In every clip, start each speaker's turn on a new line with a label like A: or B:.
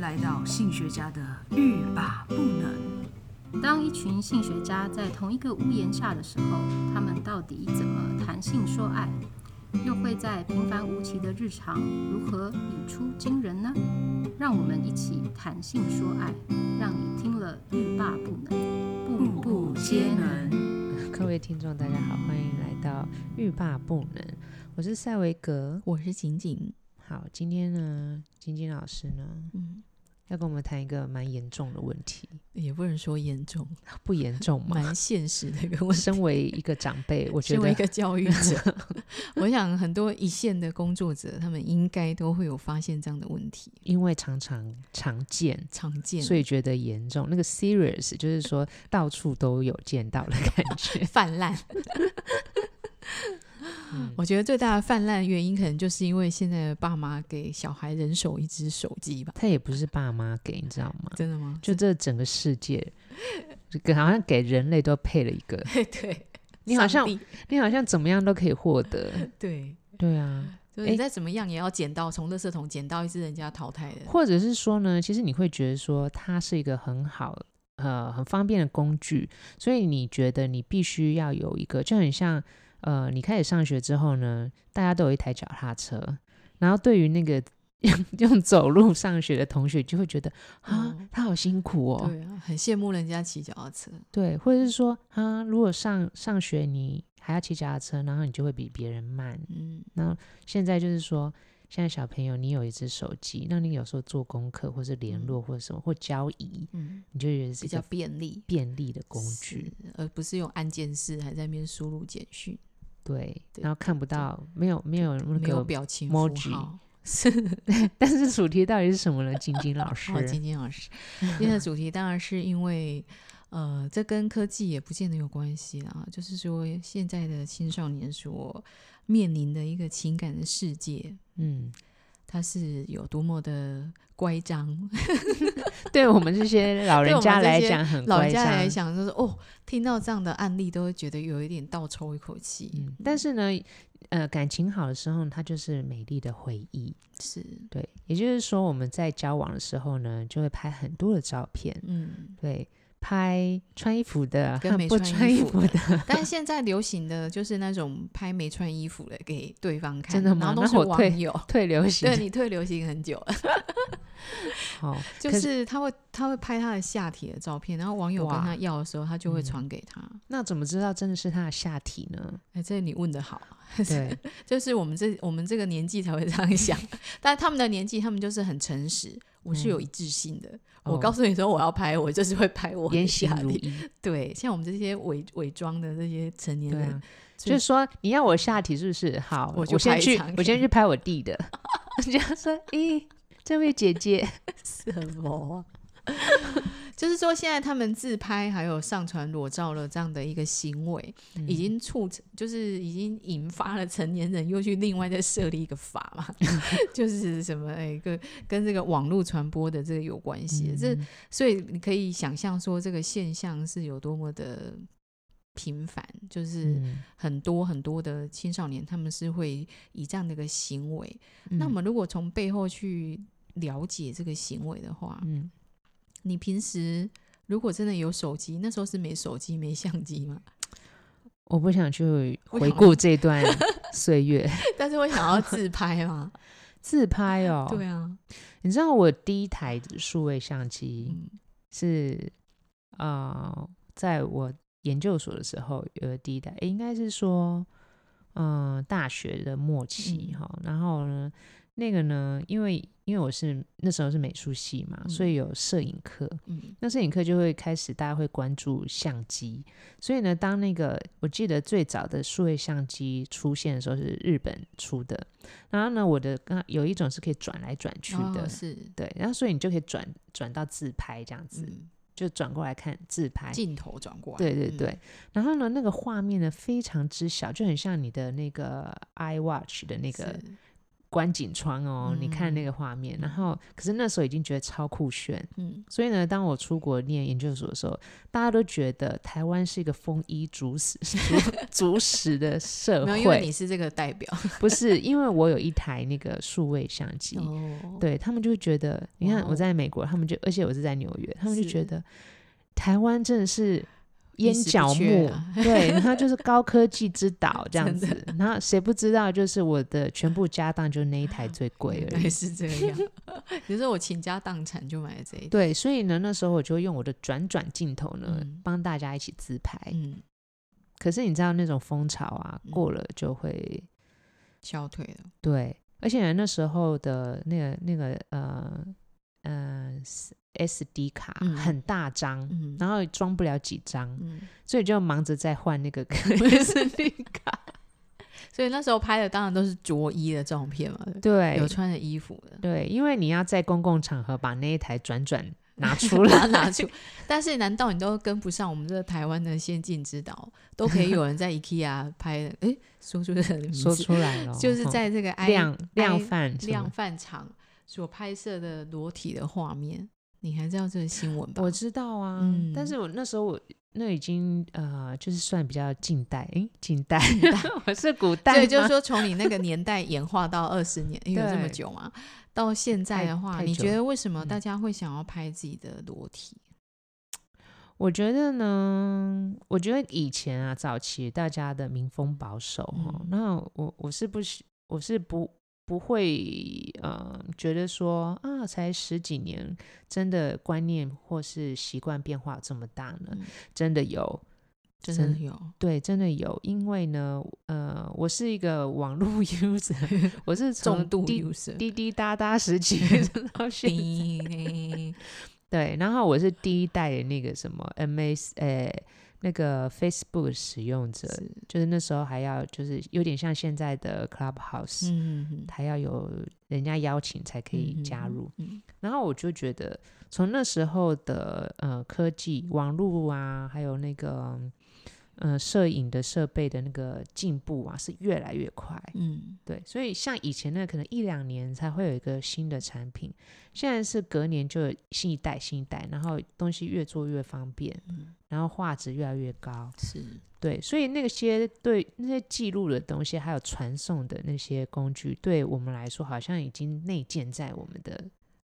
A: 来到性学家的欲罢不能。
B: 当一群性学家在同一个屋檐下的时候，他们到底怎么谈性说爱？又会在平凡无奇的日常如何语出惊人呢？让我们一起谈性说爱，让你听了欲罢不能，步步皆能。
C: 各位听众，大家好，欢迎来到欲罢不能，我是赛维格。
D: 我是景景，
C: 好，今天呢，晶晶老师呢
D: 嗯，
C: 要跟我们谈一个蛮严重的问题，
D: 也不能说严重，
C: 不严重吗？
D: 蛮现实的一 个问题。
C: 身为一个长辈，我觉
D: 身为一
C: 得
D: 个教育者， 我想很多一线的工作者，他们应该都会有发现这样的问题，
C: 因为常常常见。
D: 常见。。
C: 所以觉得严重，那个 serious 就是说到处都有见到的感觉
D: 泛滥，
C: 嗯
D: 我觉得最大的泛滥原因，可能就是因为现在的爸妈给小孩人手一只手机吧？
C: 他也不是爸妈给，你知道吗？
D: 真的吗？
C: 就这整个世界，就给好像给人类都配了一个，
D: 对，
C: 你好像
D: 上帝
C: 你好像怎么样都可以获得。
D: 对，
C: 对啊，
D: 就是你再怎么样也要捡到，从垃圾桶捡到一只人家淘汰的。
C: 或者是说呢，其实你会觉得说它是一个很好。呃，很方便的工具，所以你觉得你必须要有一个，就很像，呃，你开始上学之后呢，大家都有一台脚踏车，然后对于那个 用走路上学的同学，就会觉得啊
D: 哦，
C: 他好辛苦哦，
D: 对啊，很羡慕人家骑脚踏车。
C: 对，或者是说啊，如果上上学你还要骑脚踏车，然后你就会比别人慢，
D: 嗯，
C: 现在就是说，现在小朋友你有一只手机，那你有时候做功课或是联络或者什么或交易，
D: 嗯，
C: 你就觉得是
D: 比
C: 一
D: 较
C: 个
D: 便利
C: 便利的工具，
D: 是，而不是用按键式还在那边输入简讯，
C: 对，
D: 对
C: 然后看不到没有没有那
D: 没有
C: 个，
D: 表情
C: emoji
D: 符号。是，
C: 但是主题到底是什么呢？晶晶老师，
D: 好，今天老师，今天的主题当然是因为，呃，这跟科技也不见得有关系啦，就是说现在的青少年所面临的一个情感的世界，
C: 嗯，
D: 它是有多么的乖张，
C: 嗯对我们这些老
D: 对
C: 人
D: 我们
C: 家
D: 这
C: 来
D: 些
C: 讲很
D: 老
C: 乖
D: 人家来
C: 张
D: 想就是哦，听到这样的案例都会觉得有一点倒抽一口气，
C: 嗯，但是呢，呃，感情好的时候，它就是美丽的回忆。
D: 是，
C: 对，也就是说，我们在交往的时候呢，就会拍很多的照片，
D: 嗯，
C: 对，拍穿衣服的
D: 跟
C: 和
D: 没
C: 不
D: 穿衣
C: 穿衣服
D: 服的
C: 的，
D: 但是现在流行的就是那种拍没穿衣服的给对方看，
C: 真的吗
D: 然后
C: 那
D: 都是
C: 我退
D: 网 友。
C: 退流行
D: 对你退流行很久了，
C: 好，
D: 就
C: 可
D: 是他会他会拍他的下体的照片，然后网友跟
C: 哇
D: 他要的时候，他就会
C: 嗯
D: 传给他。
C: 那怎么知道真的是他的下体 呢？
D: 哎，这你问的好，
C: 对，
D: 就是我们这我们这个年纪才会这 样想，但他们的年纪，他们就是很诚实，我是有一致性的。我
C: 哦
D: 告诉你说我要拍，我就是会拍我的
C: 言行
D: 下
C: 如
D: 体。
C: 一，
D: 对，像我们这些伪伪装的这些成年
C: 对
D: 人，
C: 啊，
D: 所以
C: 就是说你要我下体是不是？好，
D: 我
C: 我
D: 就
C: 先
D: 拍一
C: 去
D: 场，
C: 我
D: 给
C: 先
D: 你
C: 去拍我弟的。 人家说，诶、这位姐姐，
D: 什么、啊 就是说，现在他们自拍还有上传裸照了这样的一个行为，
C: 嗯
D: 已经促成，就是已经引发了成年人又去另外再设立一个法嘛， 就是什么哎，跟跟这个网络传播的这个有关系。这
C: 嗯
D: 所以你可以想象说，这个现象是有多么的频繁，就是
C: 嗯
D: 很多很多的青少年他们是会以这样的一个行为那
C: 嗯
D: 我们如果从背后去了解这个行为的话，
C: 嗯，
D: 你平时如果真的有手机，那时候是没手机、没相机嘛，
C: 我不想去
D: 我
C: 回
D: 想
C: 顾这 段岁月，
D: 但是会想要自拍 嘛？
C: 自拍哦。
D: 对啊，
C: 你知道我第一台数位相机
D: 嗯
C: 是呃，在我研究所的时候有的第一台，诶应该是说嗯、呃大学的末期
D: 嗯
C: 哈、然后呢，那个呢，因为因为我是那时候是美术系嘛，所以有摄影课，
D: 嗯
C: 那摄影课就会开始，大家会关注相机。所以呢，当那个我记得最早的数位相机出现的时候是日本出的，然后呢，我的刚有一种是可以转来转去的，
D: 哦是
C: 对，然后所以你就可以转转到自拍这样子，
D: 嗯，
C: 就转过来看自拍。
D: 镜头转过来，
C: 对对
D: 嗯
C: 对，，然后呢，那个画面呢非常之小，就很像你的那个 iWatch 的那个
D: 是嗯
C: 关紧窗哦，你看那个画面，然后可是那时候已经觉得超酷炫，嗯，所以呢，当我出国念研究所的时候，大家都觉得台湾是一个丰衣足食、 足足食的社
D: 没有，因为
C: 会
D: 你，是这个代表。
C: 不是因为我有一台那个数位相机，
D: 哦，
C: 对他们就会觉得，你看
D: 哇哦
C: 我在美国，他们就，而且我是在纽约，他们就是觉得台湾真的是
D: 衣
C: 烟
D: 食不
C: 角
D: 缺
C: 木
D: 啊，
C: 对，然后就是高科技之 岛这样
D: 真的
C: 子，然后谁不知道，就是我的全部家当就那一台最贵而
D: 啊原来
C: 已。
D: 是这样。 你说我倾家荡产就买了这一台，
C: 对，所以呢，那时候我就用我的转转镜头呢，
D: 嗯
C: 帮大家一起自拍。
D: 嗯，
C: 可是你知道那种风潮啊，
D: 嗯
C: 过了就会
D: 消退了。
C: 对，而且那时候的那个那个呃呃 S D 卡
D: 嗯
C: 很大张，
D: 嗯
C: 然后也装不了几张，
D: 嗯，
C: 所以就忙着在换那个 SD 卡。
D: 所以那时候拍的当然都是着衣的照片嘛，
C: 对
D: 有穿着衣服的。
C: 对，因为你要在公共场合把那一台转 转拿出
D: 把
C: 来，
D: 它 拿出，但是难道你都跟不上我们这个台湾的先进之岛？都可以有人在 IKEA 拍的，诶，说出这个名字，
C: 说出来了，
D: 就是
C: 吼
D: 在这个 I,
C: 量量
D: I-
C: 贩什
D: 量
C: 么。
D: 贩场所拍摄的裸体的画面，你还知道这个新闻吧？
C: 我知道啊，
D: 嗯
C: 但是我那时候我那已经呃，就是算比较近代，诶，近代， 我是古 代吗，
D: 所以就是说，从你那个年代演化到二十 年，因为有这么
C: 对
D: 久嘛，到现在的
C: 太
D: 话，
C: 太
D: 你
C: 久
D: 觉得为什么
C: 嗯
D: 大家会想要拍自己的裸体？
C: 我觉得呢，我觉得以前啊，早期大家的民风保守哈、
D: 嗯
C: 那我我是不喜我是不不会呃，觉得说啊，才十几年，真的观念或是习惯变化有这么大呢？
D: 嗯
C: 真的有，
D: 真的
C: 真
D: 有，
C: 对，真的有，因为呢，呃，我是一个网络 user，我是从
D: 重度
C: 滴
D: user。
C: 滴滴答答时期 到现在
D: 叮铃
C: 对，然后我是第一代的那个什么 M S 呃那个 Facebook 使用者，
D: 是
C: 就是那时候还要就是有点像现在的 Clubhouse，、
D: 嗯嗯
C: 还要有人家邀请才可以加入。
D: 嗯
C: 然后我就觉得从那时候的呃科技网络啊，还有那个呃摄影的设备的那个进步啊，是越来越快。
D: 嗯，
C: 对，所以像以前那可能一两年才会有一个新的产品，现在是隔年就有新一代新一代，然后东西越做越方便，
D: 嗯
C: 然后画质越来越高。
D: 是
C: 对，所以那些对那些记录的东西，还有传送的那些工具，对我们来说好像已经内建在我们的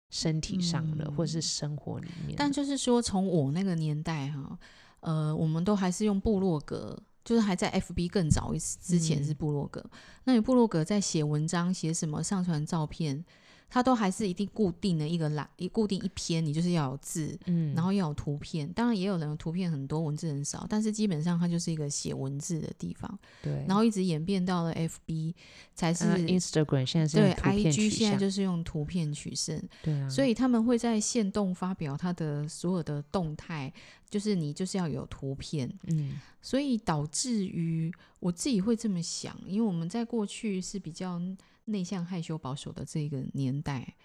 C: 身体上了，或是
D: 嗯
C: 生活里面了。
D: 但就是说，从我那个年代哈，呃，我们都还是用部落格，就是还在 FB 更早一次之前
C: 嗯
D: 是部落格。那你部落格在写文章、写什么、上传照片，它都还是一定固定的一个栏，一固定一篇，你就是要有字，
C: 嗯，
D: 然后要有图片。当然也有人的图片很多，文字很少，但是基本上它就是一个写文字的地方。
C: 对，
D: 然后一直演变到了 FB 才是、
C: 呃 Instagram 现在是用
D: 对
C: 图片
D: IG
C: 取
D: 现在
C: 向，
D: 就是用图片取胜。
C: 对啊，
D: 所以他们会在线动发表他的所有的动态，就是你就是要有图片，
C: 嗯，
D: 所以导致于我自己会这么想，因为我们在过去是比较内向、害羞、保守的这个年代，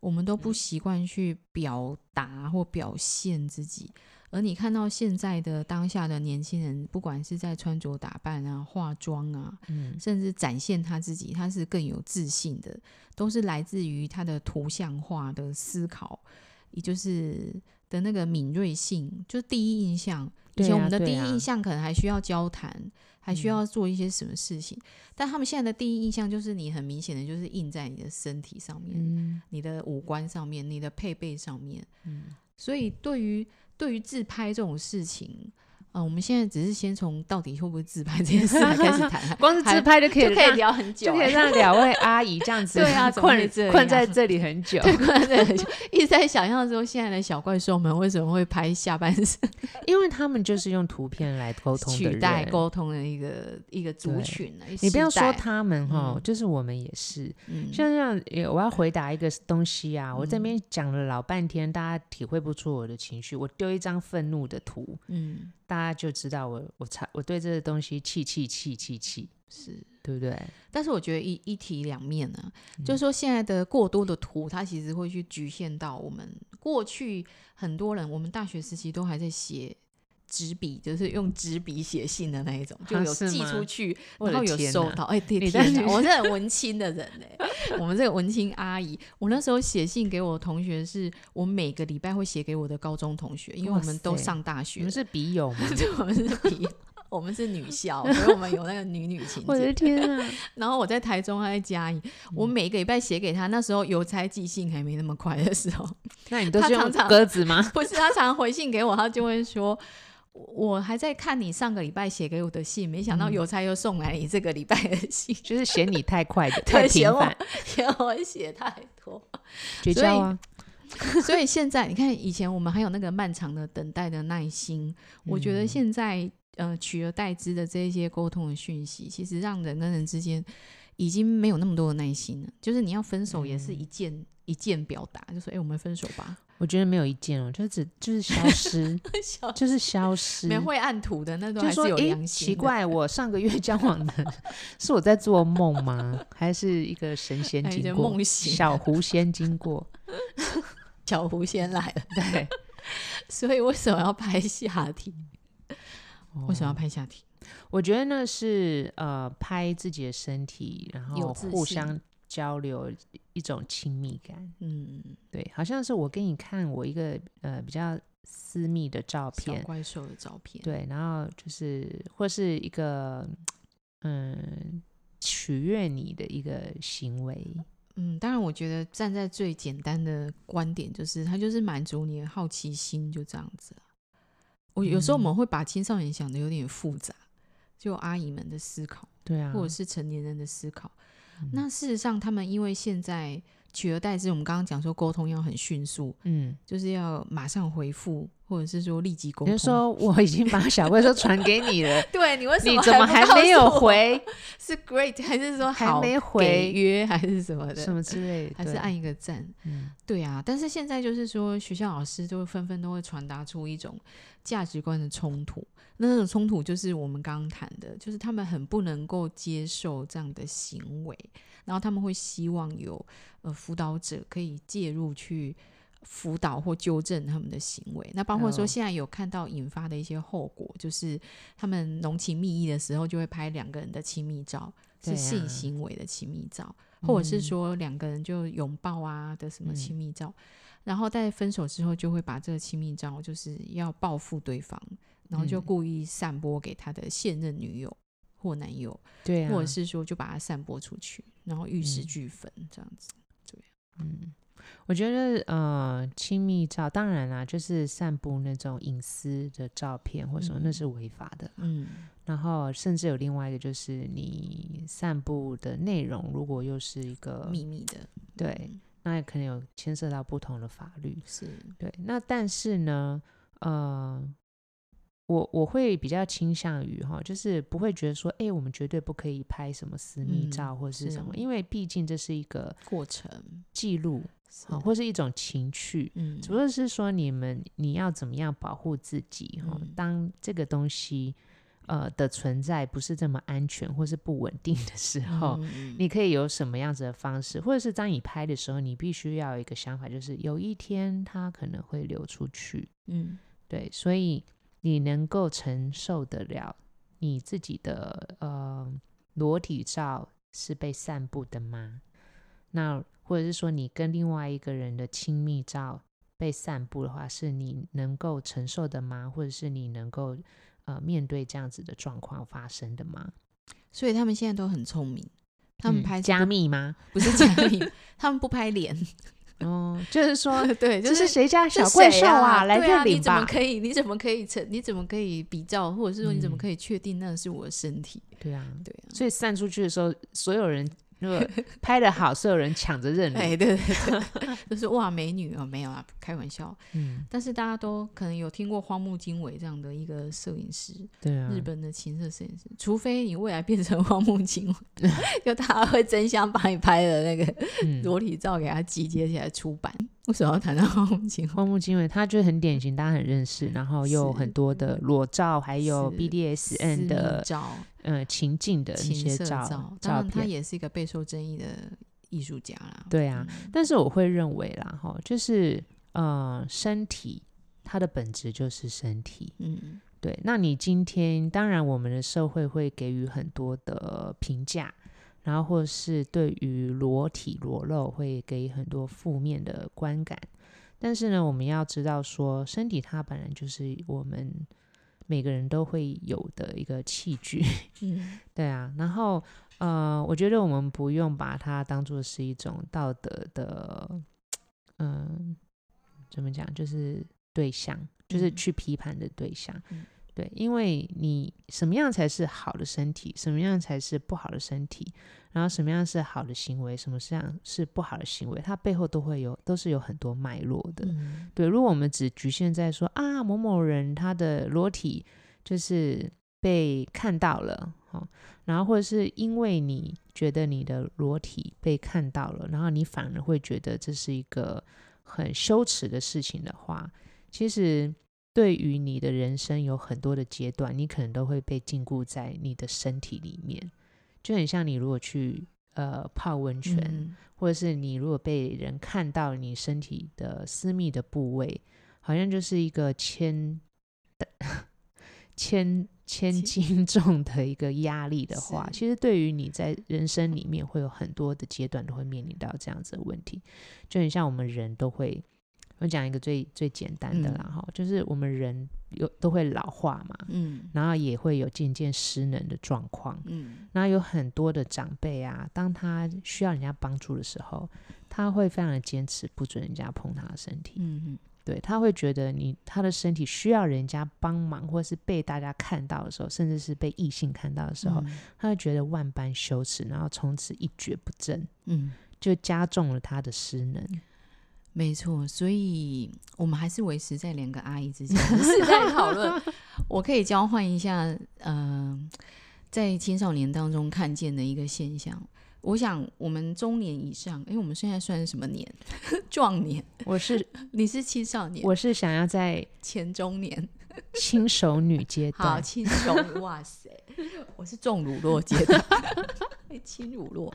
D: 我们都不习惯去表达或表现自己。而你看到现在的当下的年轻人，不管是在穿着打扮啊、化妆啊，
C: 嗯
D: 甚至展现他自己，他是更有自信的，都是来自于他的图像化的思考，也就是的那个敏锐性，就是第一印象。以
C: 对
D: 前我
C: 啊
D: 们的
C: 对
D: 第一
C: 啊嗯
D: 印象可能还需要交谈，还需要做一些什么事情，但他们现在的第一印象就是你很明显的就是印在你的身体上面，
C: 嗯
D: 你的五官上面，你的配备上面。
C: 嗯，
D: 所以对于对于自拍这种事情，呃，我们现在只是先从到底会不会自拍这件事来开始谈啊
C: 光是
D: 还
C: 自拍就可以
D: 就可以
C: 让
D: 聊很久、
C: 就可以
D: 欸。
C: 让两位阿姨这 样子，
D: 对啊怎么会
C: 啊困
D: 这
C: 困
D: 样
C: 在这里很久。
D: 对，困在这里很久一直在想象说，现在的小怪兽们为什么会拍下半身
C: 因为他们就是用图片来沟通的
D: 取代
C: 人
D: 沟通的一个一个族
C: 对
D: 群呢？
C: 你不要
D: 世
C: 说
D: 代，
C: 他们哈
D: 嗯，
C: 就是我们也是。
D: 嗯，
C: 像这样，也我要回答一个东西啊，我这边讲了老半天，大家体会不出我的情绪。我丢一张愤怒的图，
D: 嗯
C: 大家就知道我我差我对这个东西气气气气气，
D: 是。
C: 对不对？
D: 但是我觉得一一体两面呢、
C: 嗯
D: 就是说现在的过多的图，它其实会去局限到我们过去很多人，我们大学时期都还在写纸笔，就是用纸笔写信的那一种，就
C: 啊
D: 有
C: 是
D: 寄
C: 吗
D: 出去，
C: 我
D: 然
C: 的
D: 后有
C: 天啊
D: 收
C: 哪
D: 到。哎，对，
C: 你
D: 天
C: 在
D: 哪，我是很文青的人哎、我们这个文青阿姨，我那时候写信给我同学是，我每个礼拜会写给我的高中同学，因为
C: 哇
D: 我们都
C: 塞
D: 上大
C: 你
D: 学了
C: 们，是笔友 吗？
D: 对，我们是比。我们是女校，所以我们有那个女女情
C: 我
D: 节
C: 的。嗯天啊！
D: 然后我在台中，她在嘉义，我每个礼拜写给她。那时候邮差寄信还没那么快的时候，
C: 那你都
D: 他
C: 是用
D: 常常
C: 鸽子 吗？
D: 不是，他常回信给我，他就会说。我还在看你上个礼拜写给我的信，没
C: 嗯
D: 想到邮差又送来你这个礼拜的信，
C: 就是嫌你太快的，太
D: 对，
C: 频
D: 嫌我
C: 繁，
D: 嫌我写太多，
C: 绝
D: 所以
C: 交啊！
D: 所以现在你看，以前我们还有那个漫长的等待的耐心，我觉得现在呃取而代之的这一些沟通的讯息，其实让人跟人之间已经没有那么多的耐心了。就是你要分手，也是一件、一件表达，就说哎、我们分手吧，
C: 我觉得没有意见哦，就只就是消 失，
D: 小
C: 就是消失。
D: 没有会按图的那都
C: 就
D: 还
C: 说
D: 是哎有
C: 诶
D: 良心
C: 奇
D: 的
C: 怪，我上个月交往的是我在做梦 吗？还是一个神仙
D: 哎
C: 经
D: 就
C: 过？
D: 梦醒
C: 小狐仙经 过？
D: 小狐仙来了，
C: 对，
D: 所以为什么要拍下体？为什么要拍下体？
C: 哦我觉得那是呃拍自己的身体，然
D: 有
C: 后
D: 自
C: 互
D: 信
C: 相交流一种亲密感。
D: 嗯，
C: 对，好像是我给你看我一个呃比较私密的照
D: 小
C: 片，
D: 怪兽的照片，
C: 对，然后就是或是一个嗯取悦你的一个行为，
D: 嗯，当然，我觉得站在最简单的观点，就是它就是满足你的好奇心，就这样子啊。我有时
C: 嗯
D: 候我们会把青少年想的有点复杂，就阿姨们的思考，
C: 对啊，
D: 或者是成年人的思考。
C: 嗯
D: 那事实上，他们因为现在取而代之，我们刚刚讲说沟通要很迅速，
C: 嗯，
D: 就是要马上回复，或者是说立即沟
C: 比
D: 通。
C: 如说我已经把小怪兽传给你了，
D: 对你为 什么
C: 你怎么还
D: 不告
C: 没有
D: 诉我？
C: 回，
D: 是 great 还是说
C: 还
D: 好
C: 没
D: 给
C: 回
D: 约还是什么的？
C: 什么之类的，
D: 还是
C: 对
D: 按一个赞？
C: 嗯
D: 对啊，但是现在就是说，学校老师就会纷纷都会传达出一种价值观的冲突。那种冲突就是我们刚刚谈的，就是他们很不能够接受这样的行为，然后他们会希望有呃辅导者可以介入去辅导或纠正他们的行为。那包括说
C: 哦
D: 现在有看到引发的一些后果，就是他们浓情蜜意的时候就会拍两个人的亲密照，
C: 对
D: 是
C: 啊
D: 性行为的亲密照。或者是说两个人就拥抱啊的什么
C: 嗯
D: 亲密照，然后在分手之后就会把这个亲密照就是要报复对方，然后就
C: 嗯
D: 故意散播给他的现任女友或男友，
C: 对啊，
D: 或者是说就把它散播出去，然后玉石
C: 嗯
D: 俱焚这样子。
C: 嗯，我觉得呃，亲密照当然啦，就是散布那种隐私的照片或什么，那
D: 嗯
C: 是违法的。
D: 嗯，
C: 然后甚至有另外一个，就是你散布的内容如果又是一个
D: 秘密的
C: 呃
D: 嗯
C: 对，那可能有牵涉到不同的法律。
D: 是
C: 对，那但是呢，呃，我我会比较倾向于哈，就是不会觉得说，哎、我们绝对不可以拍什么私密
D: 嗯
C: 照或是
D: 是
C: 什么，
D: 啊
C: 因为毕竟这是一个
D: 过程，
C: 记录。
D: 是
C: 啊，或是一种情趣，
D: 嗯
C: 只不过是说你们你要怎么样保护自己哈、
D: 嗯
C: 当这个东西呃的存在不是这么安全或是不稳定的时候，
D: 嗯
C: 你可以有什么样子的方式，或者是当你拍的时候，你必须要有一个想法，就是有一天它可能会流出去，
D: 嗯
C: 对，所以你能够承受得了你自己的呃裸体照是被散布的吗？那或者是说你跟另外一个人的亲密照被散布的话，是你能够承受的吗？或者是你能够呃面对这样子的状况发生的吗？
D: 所以他们现在都很聪明，他
C: 嗯
D: 们拍
C: 加密 吗？
D: 不是假面，他们不 拍脸，
C: 哦，就是说
D: 对，就
C: 这是谁家的
D: 是
C: 小怪
D: 谁
C: 兽
D: 啊？
C: 来
D: 对
C: 这
D: 啊
C: 里
D: 你怎么
C: 吧？
D: 可以？你怎么可以成？你怎么可以比较，或者是说你怎么
C: 嗯
D: 可以确定那是我的身体？
C: 对啊，
D: 对啊，
C: 所以散出去的时候，所有人如 果拍的好，所有人抢着认领。
D: 哎，对 对对，就是哇，美女哦，没有啊，开玩笑。
C: 嗯，
D: 但是大家都可能有听过荒木经惟这样的一个摄影师，
C: 对啊，
D: 日本的情色摄影师，除非你未来变成荒木经惟， 就大家会争相把你拍的那个
C: 嗯
D: 裸体照给他集结起来出版。为什么要谈到荒木经惟？
C: 荒木经惟，他就是很典型，大家很认识，然后又有
D: 是
C: 很多的裸照，还有
D: 是私
C: BDSN
D: 密
C: 的
D: 照，
C: 呃情境的一
D: 情
C: 些
D: 色
C: 照
D: 当
C: 照
D: 然他
C: 片。
D: 也是一个备受争议的艺术家啦。
C: 对啊
D: 嗯，
C: 但是我会认为啦，哈，就是呃，身体它的本质就是身体，
D: 嗯，
C: 对，那你今天当然我们的社会会给予很多的评价，然后或是对于裸体裸露会给予很多负面的观感。但是呢，我们要知道说，身体它本来就是我们每个人都会有的一个器具，
D: 嗯，
C: 对啊，然后呃，我觉得我们不用把它当做是一种道德的，嗯、怎么讲，就是对象，就是
D: 嗯
C: 去批判的对象。
D: 嗯
C: 对，因为你什么样才是好的身体，什么样才是不好的身体，然后什么样是好的行为，什么样是不好的行为，它背后都会有，都是有很多脉络的。
D: 嗯
C: 对，如果我们只局限在说啊某某人他的裸体就是被看到了，哦，然后或者是因为你觉得你的裸体被看到了，然后你反而会觉得这是一个很羞耻的事情的话，其实对于你的人生有很多的阶段，你可能都会被禁锢在你的身体里面，就很像你如果去呃泡温泉。
D: 嗯
C: 或者是你如果被人看到你身体的私密的部位，好像就是一个千千千
D: 千
C: 斤重的一个压力的话，
D: 是
C: 其实对于你在人生里面会有很多的阶段都会面临到这样子的问题，就很像我们人都会。我讲一个最最简单的啦，哈、就是我们人有都会老化嘛，
D: 嗯
C: 然后也会有渐渐失能的状况，
D: 嗯
C: 那有很多的长辈啊，当他需要人家帮助的时候，他会非常的坚持，不准人家碰他的身体。
D: 嗯
C: 对他会觉得你他的身体需要人家帮忙，或是被大家看到的时候，甚至是被哦异性看到的时
D: 嗯
C: 候，他会觉得万般羞耻，然后从此一蹶不振，
D: 嗯，
C: 就加重了他的失 能。
D: 没错，所以我们还是维持在两个阿姨之 间的世代讨论。我可以交换一下，嗯，在青少年当中看见的一个现象。我想，我们中年以上，哎、我们现在算什么年？ 壮年，
C: 我是
D: 你是青少 年，
C: 我是想要在
D: 前中年，
C: 轻熟女阶
D: 好
C: 段，
D: 轻松，哇塞，我是重乳酪阶段，轻乳酪，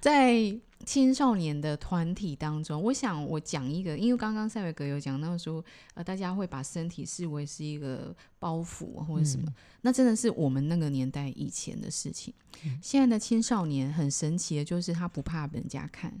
D: 在青少年的团体当中，我想我讲一个，因为刚刚塞维格有讲到说，呃，大家会把身体视为是一个包袱或者什么，
C: 嗯
D: 那真的是我们那个年代以前的事情。现在的青少年很神奇的就是他不怕人家看。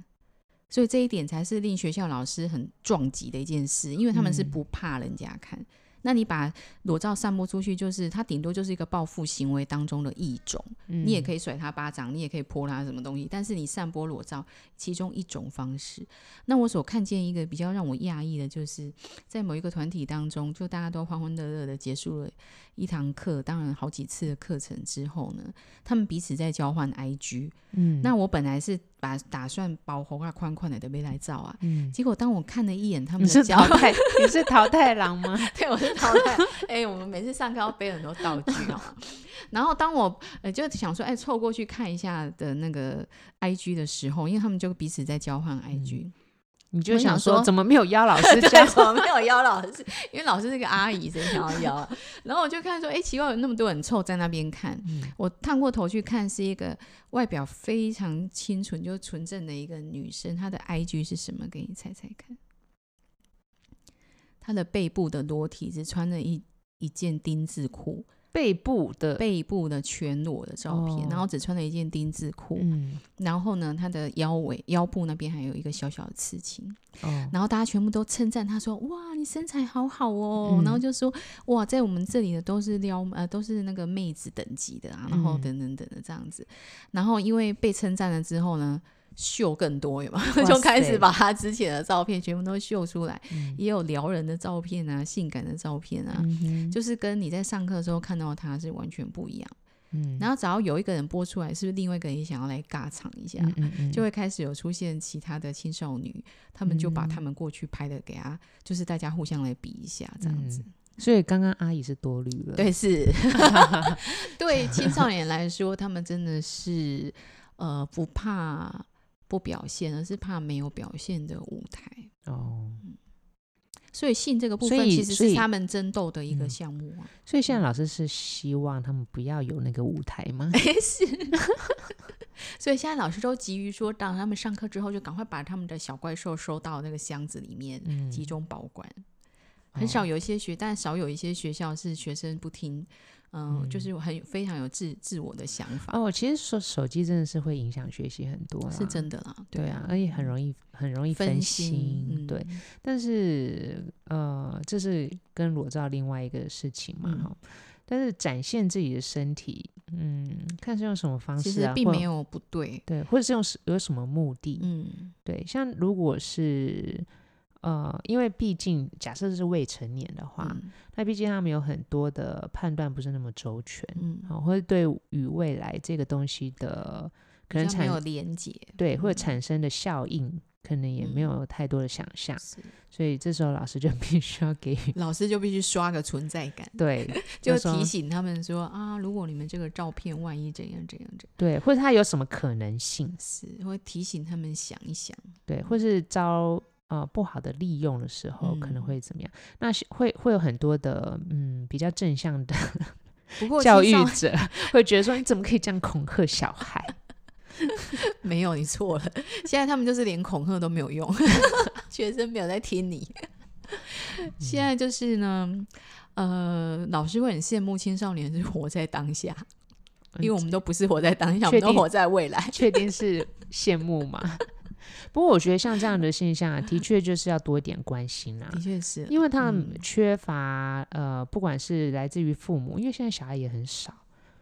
D: 所以这一点才是令学校老师很撞击的一件事，因为他们是
C: 嗯
D: 不怕人家看。那你把裸照散播出去，就是它顶多就是一个报复行为当中的一种，
C: 嗯
D: 你也可以甩他巴掌，你也可以泼他什么东西，但是你散播裸照其中一种方式。那我所看见一个比较让我讶异的，就是在某一个团体当中，就大家都欢欢乐乐的结束了一堂课，当然好几次的课程之后呢，他们彼此在交换 IG。
C: 嗯，
D: 那我本来是把打算保红啊宽宽的的被来照啊，
C: 嗯，
D: 结果当我看了一眼他
C: 你
D: 们
C: 是
D: 的交
C: 淘
D: 换。
C: 汰 你是淘汰狼吗？
D: 对，我是淘汰。哎、我们每次上课要背很多道具，好吗？然后当我呃就想说，哎、凑过去看一下的那个 IG 的时候，因为他们就彼此在交换 IG，、
C: 你就
D: 我想
C: 想说
D: 说
C: 怎么没有邀老师 教
D: 为什么没有邀老师？因为老师是个阿姨，谁想要邀啊？然后我就看说，哎、奇怪，有那么多人凑在那边看。
C: 嗯
D: 我探过头去看，是一个外表非常清纯，就纯正的一个女生。她的 IG 是什么？给你猜猜看。她的背部的裸体只穿了一一件丁字裤，
C: 背部的
D: 背部的全裸的照片，
C: 哦
D: 然后只穿了一件丁字裤。
C: 嗯，
D: 然后呢，她的腰围、腰部那边还有一个小小的刺青。
C: 哦，
D: 然后大家全部都称赞他说：“哇，你身材好好哦。
C: 嗯
D: 然后就说：“哇，在我们这里的都是撩呃都是那个妹子等级的啊，然后
C: 嗯
D: 等等等的这样子。然后因为被称赞了之后呢，秀更多有嘛，
C: 哇
D: 就开始
C: 塞
D: 把他之前的照片全部都秀出来，
C: 嗯
D: 也有撩人的照片啊，性感的照片啊，
C: 嗯哼
D: 就是跟你在上课的时候看到他是完全不一样。
C: 嗯
D: 然后只要有一个人播出来，是不是另外一个人也想要来尬场一下？
C: 嗯嗯嗯
D: 就会开始有出现其他的青少女，他们就把
C: 嗯
D: 他们过去拍的给他，就是大家互相来比一下这样子。
C: 所以刚刚阿姨是多虑了，
D: 对，是， 对青少年来说，他们真的是呃不怕不表现，而是怕没有表现的舞台。
C: 哦，
D: 所以性这个部
C: 所
D: 分
C: 以
D: 其实
C: 所以
D: 是他们争斗的一个
C: 嗯
D: 项目 啊。
C: 所以现在老师是希望他们不要有那个舞台吗？
D: 也是。 所以现在老师都急于说，当他们上课之后，就赶快把他们的小怪兽收到那个箱子里面
C: 嗯
D: 集中保管。很
C: 哦
D: 少有一些学，但少有一些学校是学生不听，嗯，就是很有非常有自自我的想法，
C: 哦，其实手手机真的是会影响学习很多啦，
D: 是真的啦，
C: 对啊，而且很容易很容易
D: 嗯分
C: 心，
D: 心，
C: 对。
D: 嗯
C: 但是呃，这是跟裸照另外一个事情嘛，
D: 嗯
C: 哈、但是展现自己的身体，嗯，看是用什么方
D: 其
C: 式
D: 实
C: 啊，
D: 并
C: 或
D: 没有不对，
C: 对，或者是用什有什么目的，
D: 嗯，
C: 对。像如果是呃，因为毕竟假设是未成年的话，
D: 嗯
C: 那毕竟他们有很多的判断不是那么周全，
D: 嗯，
C: 啊、或者对与未来这个东西的可能
D: 比较没有
C: 产
D: 连结，
C: 对，或者
D: 嗯
C: 产生的效应，可能也没
D: 嗯
C: 有太多的想象，
D: 是
C: 所以这时候老师就必须要给予
D: 老师就必须刷个存在感，
C: 对，
D: 就
C: 说
D: 提醒他们说啊，如果你们这个照片万一怎样怎样怎样，
C: 对，或者他有什么可能性，
D: 是会提醒他们想一想，
C: 对，或是遭呃不好的利用的时候，可能
D: 嗯
C: 会怎么样？那是会会有很多的嗯比较正向的
D: 不过
C: 教
D: 青
C: 育
D: 少
C: 者会觉得说，你怎么可以这样恐吓小孩？
D: 没有，你错了。现在他们就是连恐吓都没有用， 学生没有在听你。
C: 嗯
D: 现在就是呢，呃，老师会很羡慕青少年是活在当下，因为我们都不是活在当下，我
C: 嗯确
D: 们
C: 定
D: 都活在未来。
C: 确定 是羡慕吗？ 不过我觉得像这样的现象啊，的确就是要多一点关心啊
D: 的，确是，
C: 因为他们
D: 嗯
C: 缺乏、呃，不管是来自于父母，因为现在小孩也很少，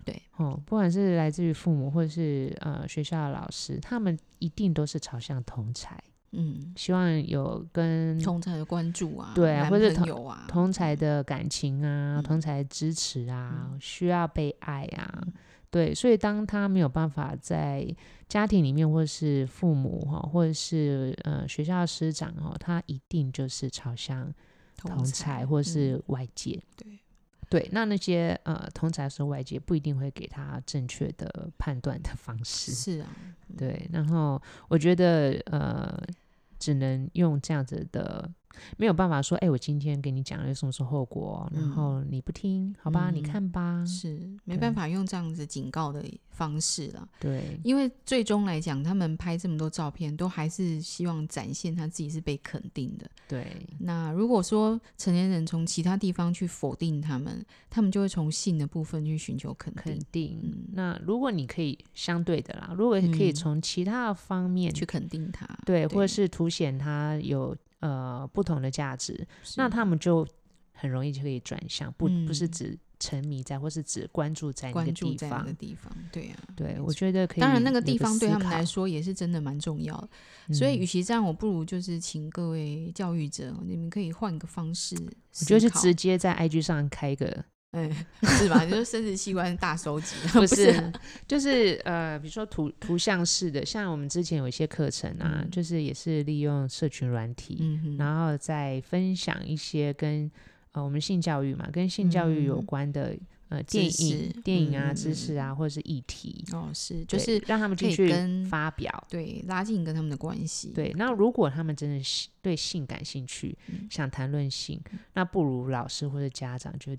D: 对，
C: 哦，不管是来自于父母或者是呃学校的老师，他们一定都是朝向同才，
D: 嗯，
C: 希望有跟
D: 通常的关注啊，
C: 对啊
D: 男
C: 或者
D: 朋友啊，
C: 同才的感情啊，
D: 嗯
C: 同才的支持啊，
D: 嗯
C: 需要被爱啊。对，所以当他没有办法在家庭里面，或是父母哈，或者是呃学校的师长哦，他一定就是朝向同才或
D: 嗯
C: 是外界。
D: 对
C: 对，那那些呃同才是外界不一定会给他正确的判断的方式。
D: 是啊，
C: 对，然后我觉得呃，只能用这样子的，没有办法说，哎、我今天给你讲了有什么什么后果，然
D: 嗯
C: 后你不听，好吧，你
D: 嗯
C: 看吧，
D: 是没
C: 对
D: 办法用这样子警告的方式了。
C: 对，
D: 因为最终来讲，他们拍这么多照片，都还是希望展现他自己是被肯定的。
C: 对，
D: 那如果说成年人从其他地方去否定他们，他们就会从性的部分去寻求肯定，
C: 肯定。
D: 嗯
C: 那如果你可以相对的啦，如果可以
D: 嗯
C: 从其他的方面
D: 去肯定他，
C: 对，或者是凸显它有呃不同的价值，那他们就很容易就可以转向，不、不是
D: 嗯
C: 只沉迷在，或是只关注在那
D: 关
C: 个
D: 注
C: 地
D: 在那个
C: 方。
D: 地方，对啊。
C: 对，
D: 没
C: 我
D: 错
C: 觉得可以。
D: 当然，那个地方对他们来
C: 说，
D: 说也是真的蛮重要的。所以，
C: 嗯
D: 与其这样，我不如就是请各位教育者，你们可以换个方式思考。
C: 我觉得是直接在 IG 上开一 个，
D: 哎，是吧？就是生殖器官大收集，
C: 不
D: 是
C: 是，就是呃，比如说图图像式的，像我们之前有一些课程啊，
D: 嗯
C: 就是也是利用社群软体，
D: 嗯哼，
C: 然后再分享一些跟呃我们性教育嘛，跟性教育有
D: 嗯
C: 关的、呃
D: 知
C: 电
D: 识
C: 影、电影啊、
D: 嗯嗯
C: 知识
D: 嗯
C: 啊，或者是议题，
D: 哦，是，就
C: 对
D: 是
C: 让他们
D: 可
C: 进
D: 以
C: 去
D: 跟
C: 发表。
D: 对拉近跟他们的关系。
C: 对，那如果他们真的是对性感兴趣，
D: 嗯
C: 想谈论性，那不如老师或者家长就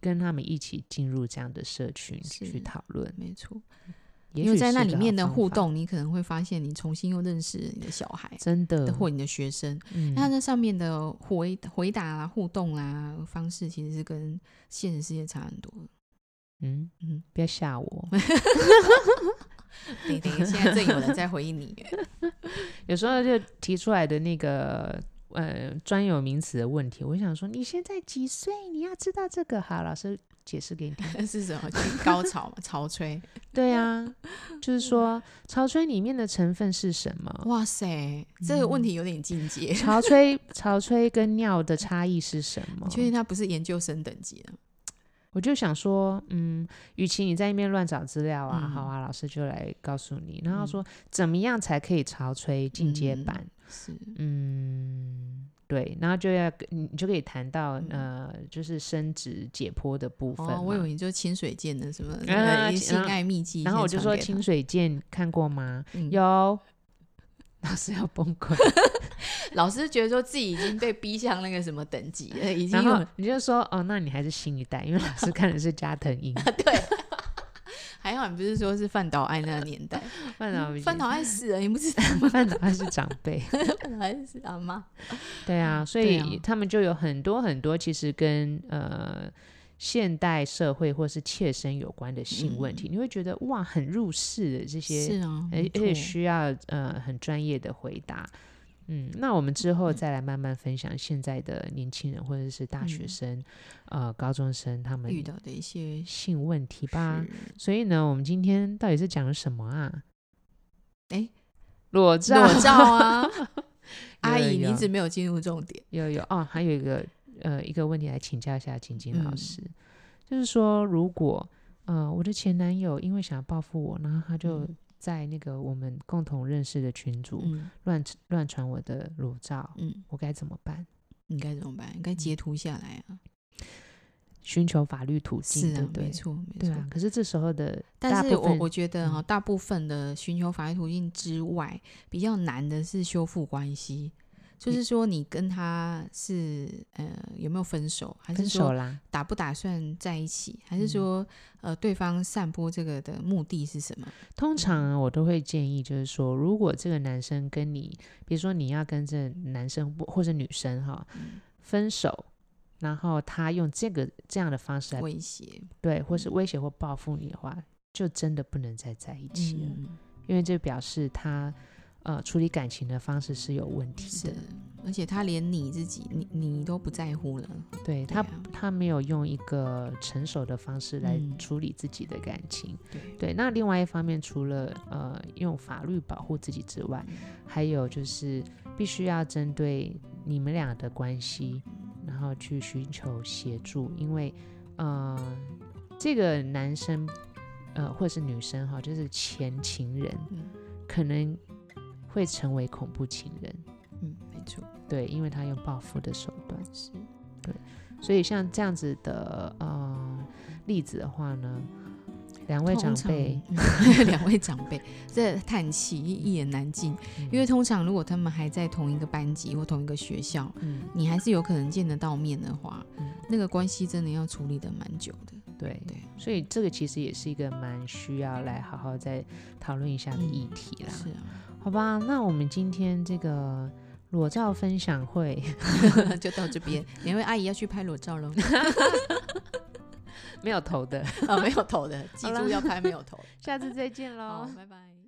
C: 跟他们一起进入这样的社群去
D: 是
C: 讨论。
D: 没错，
C: 也
D: 因为
C: 许
D: 在
C: 是
D: 那
C: 个
D: 里
C: 好
D: 面的
C: 方
D: 互
C: 法，
D: 动，你可能会发现你重新又认识你的小孩
C: 真的
D: 或你的学生，
C: 嗯
D: 那那上面的回回答啊、互动啊方式，其实是跟现实世界差很多。
C: 嗯
D: 嗯，
C: 不要吓我。
D: 对对，现在正有人在回应你。
C: 有时候就提出来的那个呃专有名词的问题，我想说你现在几岁？你要知道这个，好，老师解释给你听。
D: 是什么？就是高潮嘛，潮吹。
C: 对啊，就是 说潮吹里面的成分是什么？
D: 哇塞，这个问
C: 嗯
D: 题有点境 界。
C: 潮吹潮吹跟尿的差异是什么
D: 你？确定他不是研究生等级的？
C: 我就想说，嗯，与其你在那边乱找资料啊，
D: 嗯
C: 好啊，老师就来告诉你。然后
D: 嗯
C: 说怎么样才可以潮吹进阶
D: 嗯
C: 版？
D: 是，
C: 嗯，对，然后就要跟你就可以谈到、
D: 嗯
C: 呃，就是生殖解剖的部分嘛、
D: 哦，我以为你就清水剑的什么
C: 啊
D: 呃性
C: 然后
D: 爱秘籍，
C: 然后我就说
D: 清
C: 清水剑看过吗？
D: 嗯
C: 有，老师要崩溃，
D: 老师觉得说自己已经被逼向那个什么等级了， 已经
C: 然后
D: 有
C: 你就说哦，那你还是新一代，因为老师看的是加藤鹰，
D: 对。还好刚才不是说是范岛爱那个年 代，
C: 范岛
D: 范岛爱死了， 啊你不知道 吗？
C: 范岛爱是长辈，
D: 范岛爱死阿妈，
C: 对啊，所
D: 对
C: 以
D: 啊
C: 他们就有很多很多其实跟呃现代社会或是切身有关的性问题，你会觉得哇，很入世的这些，
D: 啊
C: 而而
D: 嗯没
C: 且
D: 错
C: 需要呃很专业的回答。嗯，那我们之后再来慢慢分享现在的年轻人或者是大学
D: 嗯
C: 生、呃高中生他们
D: 遇到的一些事。
C: 性问题吧。所以呢，我们今天到底是讲了什么啊？
D: 诶
C: 裸照，
D: 裸照啊， 阿
C: 有
D: 姨，
C: 有
D: 你一直没有进入重点。
C: 有有哦，还有一个呃一个问题来请教一下晶晶老
D: 嗯
C: 师，就是说如果呃我的前男友因为想要报复我，然后他就
D: 嗯
C: 在那个我们共同认识的群组
D: 嗯
C: 乱乱传我的裸照，
D: 嗯，
C: 我该怎么办？
D: 你该怎么办？应该截图下来啊。
C: 寻求法律途径，对
D: 是啊
C: 不，
D: 没
C: 对？
D: 错，没
C: 对
D: 错。
C: 啊，可是这时候的大
D: 但是
C: 部
D: 我
C: 分嗯
D: 我觉得哈、大部分的寻求法律途径之外，比较难的是修复关系，就是说你跟他是呃有没有分手，还
C: 分
D: 是
C: 手
D: 说
C: 啦，
D: 打不打算在一起，还是
C: 嗯
D: 说呃对方散播这个的目的是什么？
C: 通常
D: 嗯
C: 啊我都会建议，就是说，如果这个男生跟你，比如说你要跟这男生或或者女生哈
D: 嗯
C: 分手，然后他用这个这样的方式来
D: 威嗯胁？
C: 对，或是威胁或报复你的话，就真的不能再在一起了，
D: 嗯，
C: 因为这表示他呃处理感情的方式是有啊问题
D: 是
C: 的
D: 的，，而且他连你自己，你你都不在乎了，
C: 对
D: 对
C: 他
D: 啊
C: 他没有用一个成熟的方式来
D: 嗯
C: 处理自己的感情。
D: 对，
C: 对，那另外一方面，除了呃用法律保护自己之外，
D: 嗯
C: 还有就是必须要针对你们俩的关系，
D: 嗯
C: 然后去寻求协助，因为呃这个男生呃或是女生哈，就是前情人，
D: 嗯
C: 可能会成为恐怖情人，
D: 嗯，没错，
C: 对，因为他用报复的手段。
D: 是，
C: 所以像这样子的呃例子的话呢，两位长
D: 通常
C: 辈，
D: 嗯 两位长辈，这叹气一言难尽，
C: 嗯
D: 因为通常如果他们还在同一个班级或同一个学校，
C: 嗯
D: 你还是有可能见得到面的话，
C: 嗯
D: 那个关系真的要处理的蛮久的。
C: 对
D: 嗯对
C: 所以这个其实也是一个蛮需要来好好再讨论一下的议题啦，
D: 嗯是啊，
C: 好吧？那我们今天这个裸照分享会，
D: 就到这边，两位阿姨要去拍裸照 喽。
C: 没有头的，
D: 啊，没有头的，记
C: 好啦
D: 住要拍没有头。
C: 下次再见喽
D: 好，。拜拜。